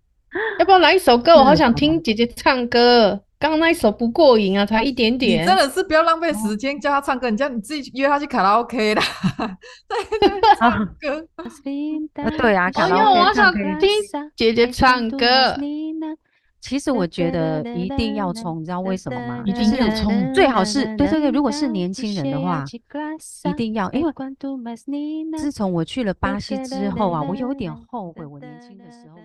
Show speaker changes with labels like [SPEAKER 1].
[SPEAKER 1] 不要来一首歌？我好想听
[SPEAKER 2] 嗯
[SPEAKER 1] 姐姐唱歌。刚刚那一首不过瘾啊，才一点
[SPEAKER 2] 你
[SPEAKER 1] 点
[SPEAKER 2] 真。的是不要浪费时间叫他唱歌，你叫你自己约他去卡拉 OK 啦， 对对，唱歌。
[SPEAKER 3] 呃对啊，卡
[SPEAKER 1] 啊因
[SPEAKER 3] 拉
[SPEAKER 1] 为
[SPEAKER 3] OK
[SPEAKER 1] 我
[SPEAKER 3] 唱
[SPEAKER 1] 想
[SPEAKER 3] 可以
[SPEAKER 1] 听姐姐唱歌，
[SPEAKER 3] 其实我觉得一定要冲，你知道为什么吗？
[SPEAKER 1] 一定要冲
[SPEAKER 3] 最好是对对对，如果是年轻人的话，一定要，因啊为自从我去了巴西之后啊，我有点后悔我年轻的时候。